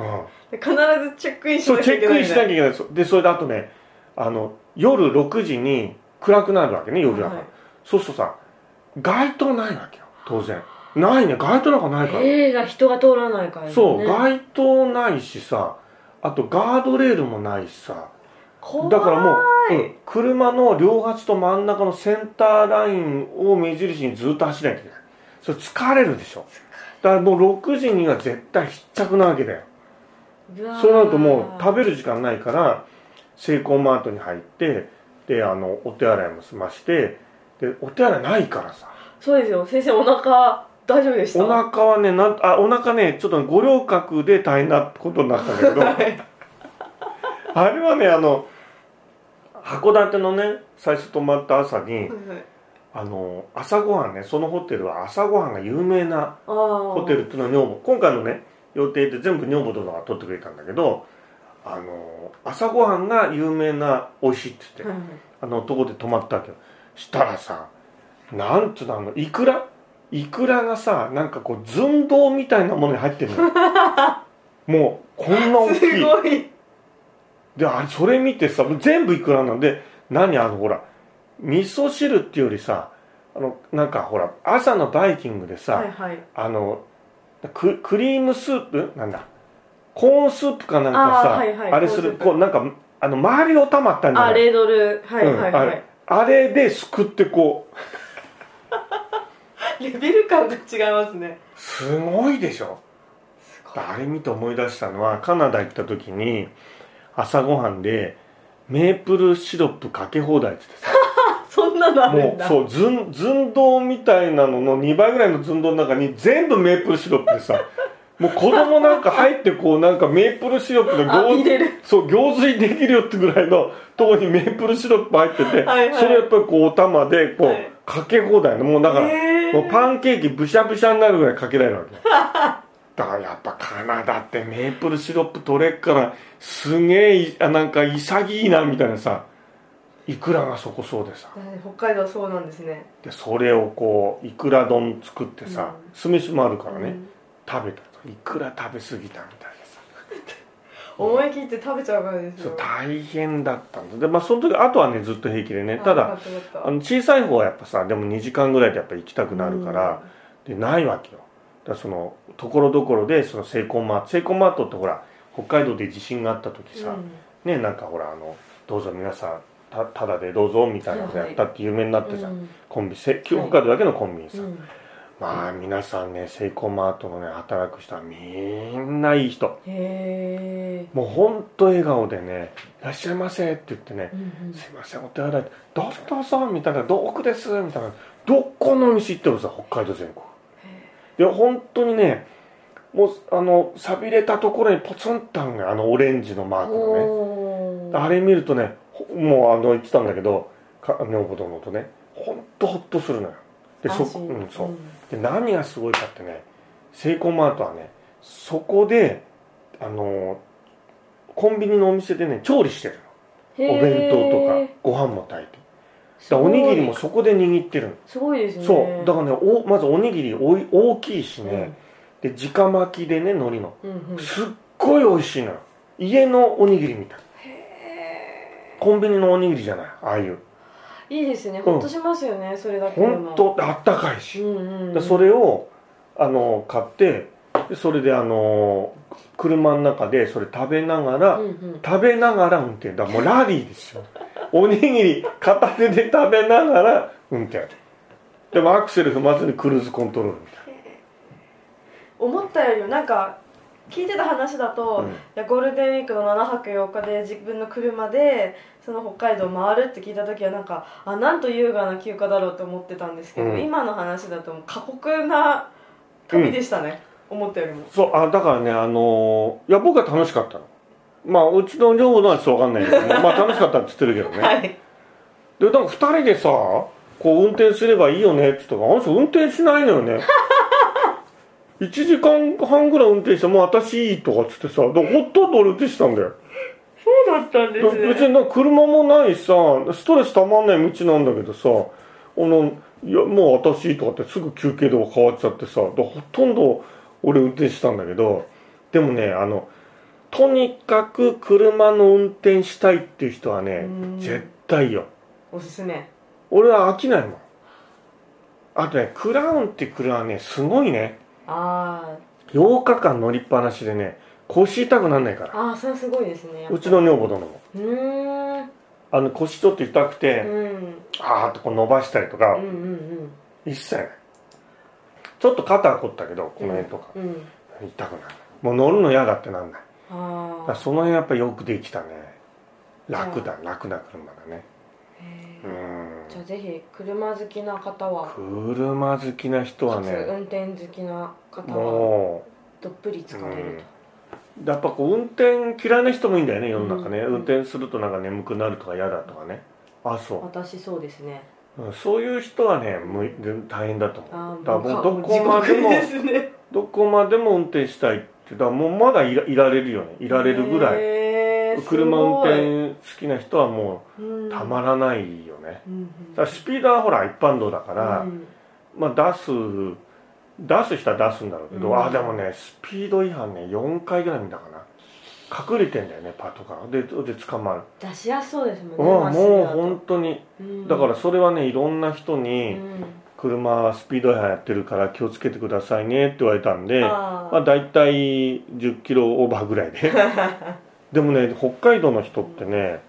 A: う
B: で必ずチェックイン
A: ん、
B: し
A: そう
B: な
A: チ
B: きゃ
A: ェ
B: い
A: ッ
B: け
A: ク
B: な
A: イ
B: い
A: ンしなきゃいけないそでそれであとねあの夜6時に暗くなるわけね夜だから、
B: はい
A: そうするとさ街灯ないわけよ当然ないね街灯なんかないから、
B: 映画人が通らないからね
A: そう街灯ないしさあとガードレールもないしさ
B: 怖い
A: だからもう、うん車の両端と真ん中のセンターラインを目印にずっと走らなきゃいけないそれ疲れるでしょだからもう6時には絶対必着なわけだよ
B: うわー
A: そうなるともう食べる時間ないからセイコーマートに入ってであのお手洗いも済ましてでお手洗いないからさ
B: そうですよ先生お腹大丈夫でした
A: お腹はねなんあお腹ねちょっと五稜郭で大変なことになったんだけど
B: はい
A: あれはねあの函館のね最初泊まった朝にあの朝ごはんねそのホテルは朝ごはんが有名なホ
B: ホ
A: テルっていうのは女房今回のね予定で全部女房殿が取ってくれたんだけどあの朝ごはんが有名な美味しいって言って、
B: はい
A: あのとこで泊まったわけどしたらさなんつうのあのイクライクラがさなんかこう寸胴みたいなものに入ってる のよもうこんな大き
B: すごい
A: であれそれ見てさもう全部いくらなんで何あのほら味噌汁っていうよりさあのなんかほら朝のバイキングでさ、
B: はいはい
A: あのククリームスープなんだコーンスープかなんかさ
B: あー
A: あ,、
B: はいはい
A: れす
B: コーンス
A: る
B: ープ
A: こうなんかあの周りをたまったんじゃ
B: あ
A: ない
B: レードルはいはい
A: うんあ
B: は
A: れあれですくってこう
B: いレベル感が違いますね
A: すごいでしょあれ見て思い出したのはカナダ行った時に朝ごはんでメープルシロップかけ放題って言ってさ
B: そんなのある
A: も
B: ん
A: う
B: だ
A: そう寸寸胴みたいなのの2倍ぐらいの寸胴の中に全部メープルシロップで さもう子供なんか入ってこうなんかメープルシロップで
B: あ入
A: 行
B: れる
A: そう行水できるよってぐらいのとこにメープルシロップ入ってて
B: はいはい
A: それやっぱりこうお玉でこう、
B: はい
A: かけ放題のもうだから、
B: へー
A: もうパンケーキブシャブシャになるぐらいかけられるわけ だからやっぱカナダってメープルシロップ取れっからすげえあなんか潔いなみたいなさいくらがそこそうでさ
B: 北海道そうなんですね
A: でそれをこういくら丼作ってさ、
B: う
A: 酢飯もあるからね、
B: うん
A: 食べたといくら食べ過ぎたみたいなさ
B: 思い切って食べちゃうからです
A: そう
B: よ
A: 大変だったんだでまあその時あとはねずっと平気でねた
B: あよ
A: だ
B: かったよかった
A: あの小さい方はやっぱさでも2時間ぐらいでやっぱ行きたくなるから、でないわけよだからそのところどころでそのセイコンマートセイコンマートってほら北海道で地震があった時
B: うん
A: さ、ねなんかほらあのどうぞ皆さんたただでどうぞみたいなことやったって有名になってさ、
B: うん
A: コンビせ北海道だけのコンビニさ、
B: うん
A: まあ皆さんねセイコーマートのね働く人はみんないい人
B: へえ、
A: もうほんと笑顔でね「いらっしゃいませ」って言ってね
B: うんう
A: 「
B: ん
A: すいませんお手洗いどうぞどうぞ」みたいな「ど奥です」みたいなどこの店行ってもさ北海道全国で本当にねもうあの寂れたところにポツンとあるのよあのオレンジのマークのね
B: おー
A: あれ見るとねほもうあの言ってたんだけどか女房どもとねほんとほっとするのよでそ
B: 安心
A: うんそう、
B: ん
A: で何がすごいかってねセイコーマートはねそこであのコンビニのお店でね調理してる
B: へ
A: の
B: ー
A: お弁当とかご飯も炊いて
B: す
A: だから
B: ご
A: お
B: い
A: にぎりもそこで握ってるの
B: すごいですね
A: そうだからねおまずおにぎりおい大きいしね、で直巻きでね海苔の
B: うんうんうん
A: すっごい美味しいのよ家のおにぎりみたい
B: へ
A: コンビニのおにぎりじゃないああいう
B: ーいいですねほっとしますよね、それだけでも
A: 本当あったかいし、
B: うんうんうん
A: でそれをあの買ってでそれであの車の中でそれ食べながら、
B: うんうん
A: 食べながら運転だもうラリーですよおにぎり片手で食べながら運転でもアクセル踏まずにクルーズコントロールみたい
B: 思ったよりもなんか聞いてた話だと、
A: うん
B: いやゴールデンウィークの7泊4日で自分の車でその北海道を回るって聞いた時はなんかあなんと優雅な休暇だろうと思ってたんですけど、
A: うん
B: 今の話だともう過酷な旅でしたね、思ったよりも
A: なそうあだからねあのいや僕は楽しかったのまあうちの女房のはちょっとわかんないけど、まあ楽しかったって言ってるけどね、
B: はい
A: でなんか2人でさこう運転すればいいよねって言ったら「あの人運転しないのよね」1時間半ぐらい運転して「もう私いい」とかっつってさだからほとんど俺運転してたんだよ
B: そうだったんで
A: だ別になんか車もないしさストレスたまんない道なんだけどさあのいやもう私いいとかってすぐ休憩でも変わっちゃってさだからほとんど俺運転してたんだけどでもねあのとにかく車の運転したいっていう人はね
B: うん
A: 絶対よ
B: おすすめ
A: 俺は飽きないもんあとねクラウンって車はねすごいね
B: あ
A: 8日間乗りっぱなしでね腰痛くなんないか
B: ー
A: ら
B: あーそれはすごいですねやっぱ
A: うちの女房殿も
B: うーん
A: あの腰ちょっと痛くて、
B: うん
A: あーっとこう伸ばしたりと
B: う
A: か、
B: んうん
A: 一切ないちょっと肩は凝ったけどこの辺とか、
B: うんうん
A: 痛くなるもう乗るの嫌だってなんないだ
B: あ
A: から
B: あ
A: その辺やっぱよくできたね楽だ楽な車だねう
B: じゃ
A: ん
B: あぜひ車好きな方は
A: 車好きな人は
B: かつ
A: ね
B: 運転好きな方は
A: もう
B: どっぷり疲れる
A: やっぱこう運転嫌いな人もいいんだよね世の中ね、
B: うん
A: 運転するとなんか眠くなるとか嫌だとかねあ
B: と、
A: そ
B: 私そうですね
A: う、うんそういう人はねむい大変だと思う
B: あー
A: だからもうどこ
B: もう
A: までも
B: 地獄ですね
A: どこまでも運転したいってだからもうまだいらいられるよねい
B: い
A: られるぐらい
B: い
A: 車運転好きな人はもうたま
B: ら
A: らないよね、
B: うん
A: だからスピードはほら一般道だか、
B: から
A: まあ出す出す人は出すんだろうけど、
B: うん
A: あでもねスピード違反ね4回ぐらい見たかな隠れてんだよねパトカーでで捕まる
B: 出しやすそうですもんね
A: うん、
B: まっすぐ
A: もう
B: だと
A: 本当に
B: うん
A: だからそれはねいろんな人
B: う
A: に
B: ん
A: 「車はスピード違反やってるから気をつけてくださいね」って言われたんで
B: あ
A: まあ、大体10キロオーバーぐらい ででもね北海道の人ってね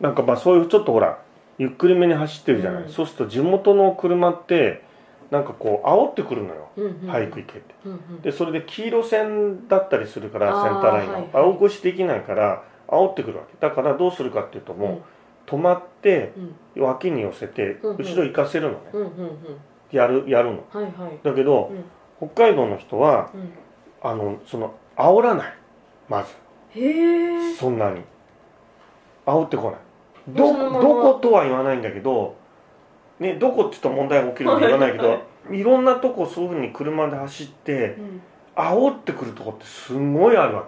A: なんかまあそういうちょっとほらゆっくりめに走ってるじゃない、
B: うん
A: そうすると地元の車ってなんかこう煽ってくるのよ
B: ー
A: 早く行けって
B: うんうん
A: でそれで黄色線だったりするから
B: あー
A: センターラインが、
B: はいはい
A: 青越しできないから煽ってくるわけだからどうするかっていうともう、止まって
B: うん
A: 脇に寄せて
B: うんうん
A: 後ろ行かせるのね、
B: うんうんうんうん
A: やるやるの
B: はいはい
A: だけど、北海道の人は
B: うん
A: あのその煽らないまず
B: へえ
A: そんなに煽ってこない
B: も
A: ど
B: うそのまま
A: どことは言わないんだけど、ね、どこって言ったら問題が起きるの言わないけ
B: は
A: どいろんなとこそういうふうに車で走って
B: うん
A: 煽ってくるとこってすごいあるわ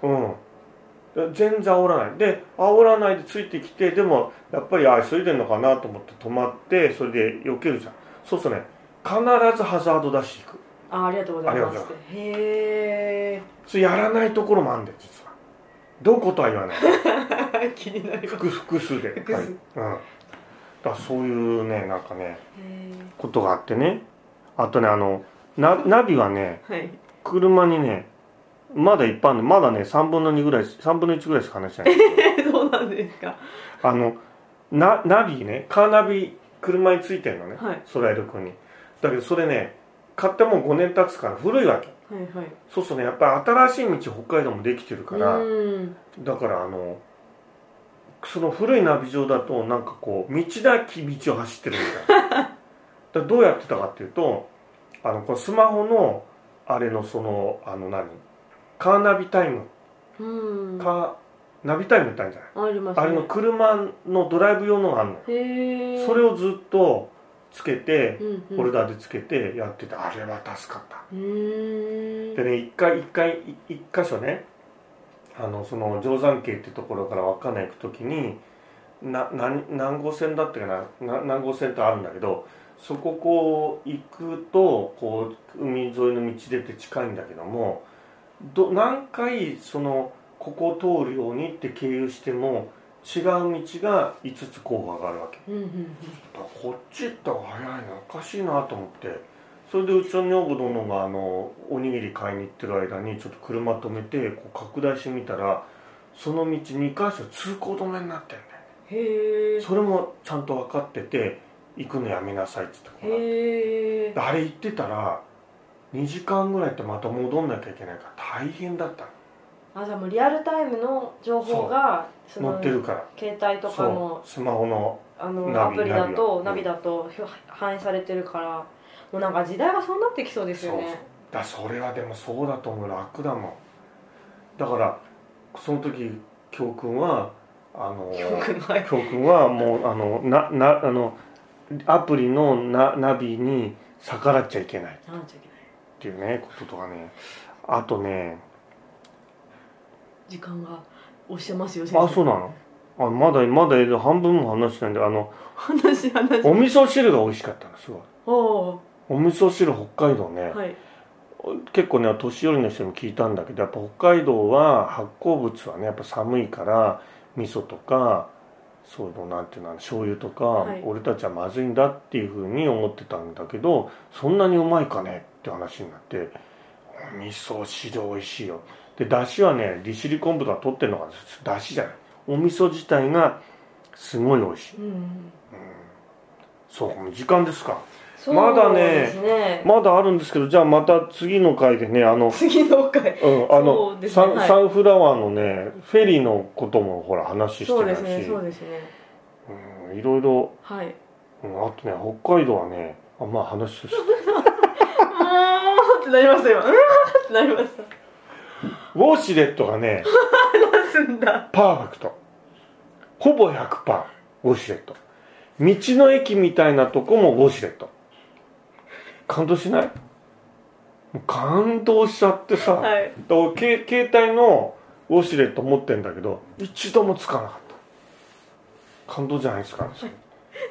A: けうん全然煽らないで煽らないでついてきてでもやっぱりあ急いでんのかなと思って止まってそれで避けるじゃんそうするとね必ずハザード出していく
B: あありがとうございま
A: ありがとう
B: す
A: ござ
B: へえ
A: それやらないところもあるんだよ実はどことは言わない
B: 気になります
A: 複複数で
B: 複数
A: はいうん、だからそういうねなんかね
B: へ
A: ことがあってねあとねあのナナビはね
B: ーはい
A: 車にねまだ一般でまだね3分の2ぐらい3分の1ぐらいしか話してない
B: そんそうなんですか
A: あのなナビねカーナビ車についてるのね、
B: はい
A: ソライル君にだけどそれね買ってもう5年経つから古いわけ
B: はいはい
A: そうするとねやっぱり新しい道北海道もできてるから、
B: うん
A: だからあのその古いナビ上だとなんかこう道なき道を走ってるみた いなだからどうやってたかっていうとあのこのスマホのあれのそのあの何カーナビタイム
B: うん
A: カーナビタイムってあるんじゃない
B: あります
A: あれの車のドライブ用のがあるのよ
B: へえ
A: それ
B: を、
A: をずっとつけて
B: うんうん、
A: ホルダーでつけてやっててあれは助かった
B: うーん
A: でね一回一回一一箇所ねあのその定山渓ってところから稚内行く時にな何何号線だったかなな何号線ってあるんだけどそここう行くとこう海沿いの道出て近いんだけどもど何回そのここを通るようにって経由しても違う道が5つ候補があるわけ。
B: うんうんうん
A: だからこっち行った方が早いなおかしいなと思ってそれでうちの女房殿があのおにぎり買いに行ってる間にちょっと車止めてこう拡大してみたらその道2箇所通行止めになってんだよ
B: へえ
A: ねそれもちゃんと分かってて行くのやめなさいっつってこうなって
B: へえ
A: であれ行ってたら2時間ぐらいってまた戻んなきゃいけないから大変だった
B: あじゃあもうリアルタイムの情報がそ
A: の
B: の
A: 乗ってるから
B: 携帯とか
A: そ
B: の
A: うスマホの
B: あの
A: ナ
B: ア
A: ビ
B: プリだとナ
A: ナ
B: ビ
A: ビ
B: だとひょ反映されてるからもうなんか時代がそうなってきそうですよね
A: だそれはでもそうだと思う楽だもんだからその時教訓はあの
B: 記憶ない
A: 教訓はもうあのななあのアプリのなナビに逆らっちゃいけないっ
B: なんちゃいけない
A: ていうねこととかねあとね
B: 時間が押してますよ先生
A: あそうなのあまだまだ半分も話してないんであの
B: 話話
A: お味噌汁が美味しかったのすごい
B: おお
A: お味噌汁北海道ね、
B: ーはい
A: 結構ね年寄りの人にも聞いたんだけどやっぱ北海道は発酵物はねやっぱ寒いから味噌とかそういうのなんていうの醤油とか、
B: はい
A: 俺たちはまずいんだっていうふうに思ってたんだけどそんなにうまいかねって話になってお味噌汁美味しいよでだしはね利尻昆布とか取ってるのがだしじゃないお味噌自体がすごい美味しい、
B: うんうん
A: そうこの時間ですか
B: そう
A: まだね
B: ですね
A: まだあるんですけどじゃあまた次の回でねあの
B: 次の回
A: うん、あ
B: そ
A: の
B: う、ですね
A: サン
B: はい
A: サンフラワーのねフェリーのこともほら話して
B: そう
A: た
B: で
A: し
B: すねそうですね
A: うんいろいろ、
B: はい
A: うんあとね北海道はねあまあ話して
B: うーんってなりました今うーんってなりました
A: ウォシュレットが ね
B: すんだ
A: パーフェクトほぼ100パーウォシュレット道の駅みたいなとこもウォシュレット感動しないもう感動しちゃってさ、
B: はい
A: だからけ携帯のウォシュレット持ってんだけど一度もつかなかった感動じゃないですか、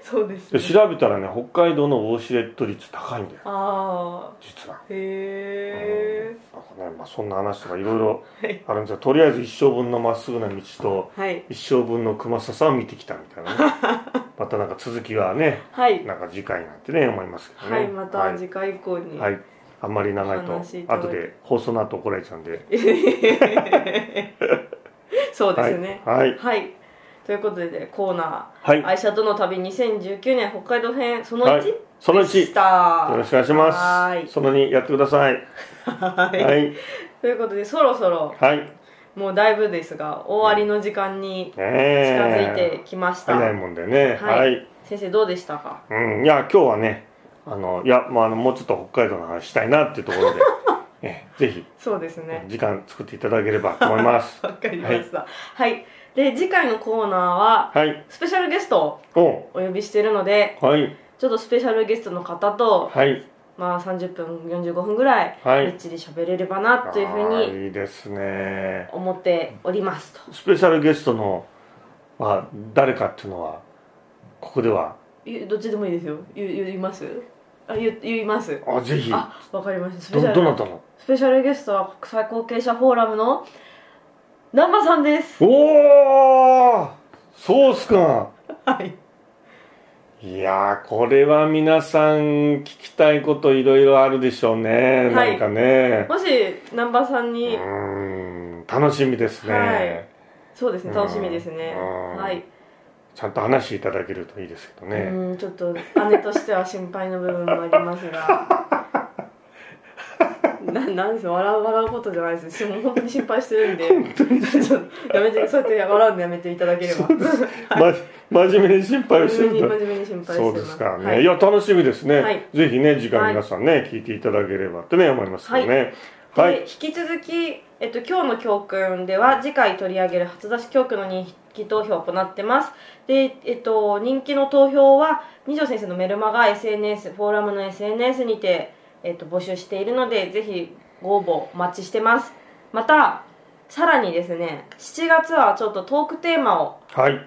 B: そうです
A: で
B: ね
A: 調べたらね北海道のウォシュレット率高いんだよ
B: あ
A: 実は、
B: あへえ
A: うんなんかねまあ、そんな話とかいろいろ
B: はい
A: あるんですがとりあえず一生分のまっすぐな道と
B: はい
A: 一生分の熊笹を見てきたみたい な、ね、またなんか続きはね
B: はい
A: なんか次回なんてね思いますけどね
B: はいまた次回以降に
A: はい、はいあんまり長いと
B: 話していただい
A: 後
B: て
A: で放送の後怒られちゃうんで
B: そうですね
A: はい
B: はいということでコーナ
A: はい、
B: ー愛車との旅2019年北海道編その
A: はい
B: 1
A: その
B: でし
A: 1
B: た
A: よろしくお願いします
B: はーい
A: その2やってください
B: はい
A: はい
B: ということでそろそろ
A: はいね
B: もうだいぶですが終わりの時間に近づい
A: え
B: てきました
A: 早いもんでね
B: はい
A: はい
B: 先生どうでしたか
A: うん、いや今日はねあのいや、まあ、あのもうちょっと北海道の話したいなっていうところ でえぜひ
B: そうですね
A: 時間作っていただければと思います
B: わかりましたはいで次回のコーナーは
A: はい
B: スペシャルゲストを
A: お
B: お呼びしているので
A: はい
B: ちょっとスペシャルゲストの方と、
A: はい
B: まあ、30分45分ぐらい
A: は
B: みっ
A: い
B: ちり喋れればなというふうに
A: あーいいですね
B: 思っておりますと
A: スペシャルゲストの、まあ、誰かっていうのはここでは
B: ゆどっちでもいいですよ言う言いますあ言言います
A: あぜひ
B: あわかりましたスペ
A: ど
B: シャ
A: どな
B: ル
A: たの
B: スペシャルゲストは国際後継者フォーラムの南波さんです
A: おおソース君
B: はい
A: いやーこれは皆さん聞きたいこといろいろあるでしょうね、
B: はい
A: なんかね
B: もし南波さんに
A: うーん楽しみですね、
B: はいそうですね楽しみですね
A: うんうん
B: はい、
A: ちゃんと話いただけるといいですけどね、
B: うんちょっと姉としては心配の部分もありま すがななんですよ笑う笑うことじゃないですしもう本当に心配してるんでちょっとやめてそうやって笑うのやめていただければ
A: ま 真面目に心配をして
B: 真
A: る
B: 面目に
A: と
B: 真面目に心配して
A: そ
B: ます
A: うですからね、、
B: はいい
A: や楽しみですね、
B: はい
A: ぜひね時間皆さんね、聞いていただければってね思いますけどねはい、
B: で引き続き、えっと、今日の教訓では次回取り上げる初出し教訓の人気投票を行ってますで、えっと、人気の投票は二条先生のメルマガ SNS フォーラムの SNS にて、えっと、募集しているのでぜひご応募お待ちしてますまたさらにですね7月はちょっとトークテーマを
A: はい、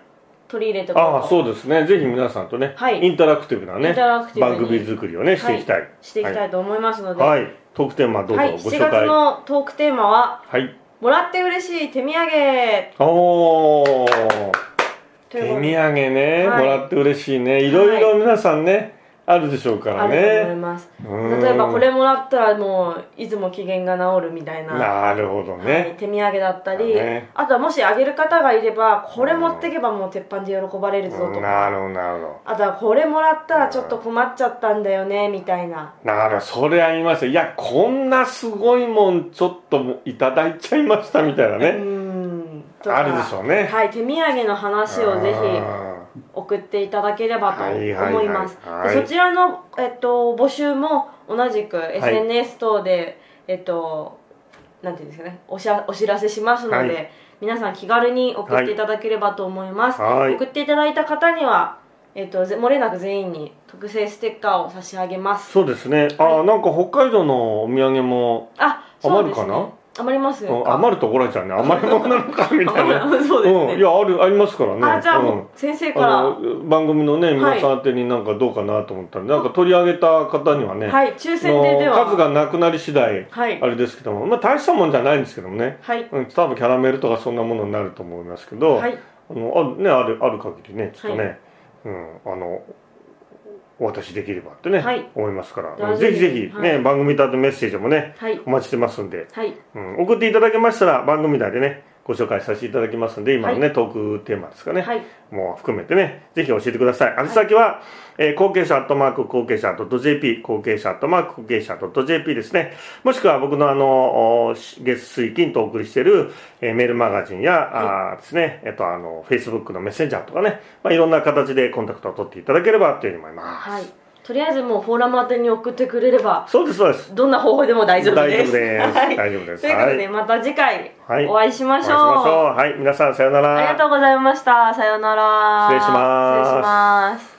B: 取り入れておこうと
A: ああそうですねぜひ皆さんとね、
B: はい
A: インタラクティブな
B: イ
A: ね
B: ンタラクティブ
A: 番
B: に
A: 組作りをねしていきたい、はい、
B: していきたいと思いますので、
A: はい、トークテーマどうぞ
B: はい、
A: ご
B: 7
A: 紹
B: 月
A: 介
B: のトークテーマは
A: はい
B: 「もらって嬉しい手土産」
A: おー
B: と
A: 手
B: いう
A: 土
B: こと
A: 産
B: で
A: ね、
B: はい
A: もらって嬉しいねいろいろ皆さんね、あるでしょうから
B: あると思い
A: ね
B: ます、
A: うん
B: 例えばこれもらったらもういつも機嫌が治るみたいな
A: なるほど
B: はい
A: ね、
B: 手土産だったり、
A: ね
B: あとはもしあげる方がいればこれ持ってけばもう鉄板で喜ばれるぞと
A: な
B: か、
A: るほどなるほど
B: あとはこれもらったらちょっと困っちゃったんだよねみたいな、
A: なるほどそれありましたいやこんなすごいもんちょっといただいちゃいましたみたいな
B: う
A: ね
B: んとか
A: あるでしょうね
B: はい、手土産の話をぜひ送っていただければと
A: は
B: 思
A: いはいはい
B: います、
A: はい
B: でそちらの、えっと、募集も同じく
A: い
B: SNS 等で、えっとなんていうんですかねおしゃお知らせしますので、
A: はい
B: 皆さん気軽に送っていただければと思います、
A: はい
B: 送っていただいた方にはえっとぜ漏れなく全員に特製ステッカーを差し上げます
A: そうですねあ、
B: は
A: なんか北海道のお土産も
B: あそうです、ね、
A: 余る
B: 余ります
A: うん余るとこらちゃうね余り物なのかみたいな、
B: 余る そうですね、
A: うんいやあるありますからね
B: あじゃあも
A: う
B: うん先生か
A: あ
B: ら、
A: の番組のね皆さん宛てになんかどうかなと思ったんで、なんか取り上げた方にはね、
B: はい抽
A: あ
B: 選でで
A: の
B: は
A: 数がなくなり次第
B: はい
A: あれですけども、まあ、大したもんじゃないんですけどもね、
B: はい
A: うん、多分キャラメルとかそんなものになると思いますけど、
B: はい
A: あのあね、あるある限りねちょっとね、
B: は
A: うん、あのお渡しできればってね、
B: はい
A: 思いますから、
B: 大丈夫
A: ぜひぜひ、ね
B: はい
A: 番組とあとメッセージもね
B: はい
A: お待ちしてますんで、
B: はい
A: うん、送っていただけましたら番組内でねご紹介させていただきますんで今のね、トークテーマですかね、
B: はい
A: もう含めてね、ぜひ教えてください。宛先は、えー後継者アットマーク後継者 .jp、後継者アットマーク後継者 .jp ですね。もしくは僕のあの、おし月水金とお送りしている、えーメールマガジンや、あーですね、えっと、あの、Facebook のメッセンジャーとかね、まあ、いろんな形でコンタクトを取っていただければというふうに思います。
B: はい。とりあえずもうフォーラム宛てに送ってくれれば、
A: そうです、そうです。
B: どんな方法でも大丈夫で
A: 大
B: す。
A: 丈夫です。
B: はい
A: 大丈夫です。
B: ということで、また次回
A: はい
B: お会いしましょう。
A: お会いしましょう。はい、皆さんさようなら。
B: ありがとうございました。さようなら。
A: 失礼します
B: 失礼します。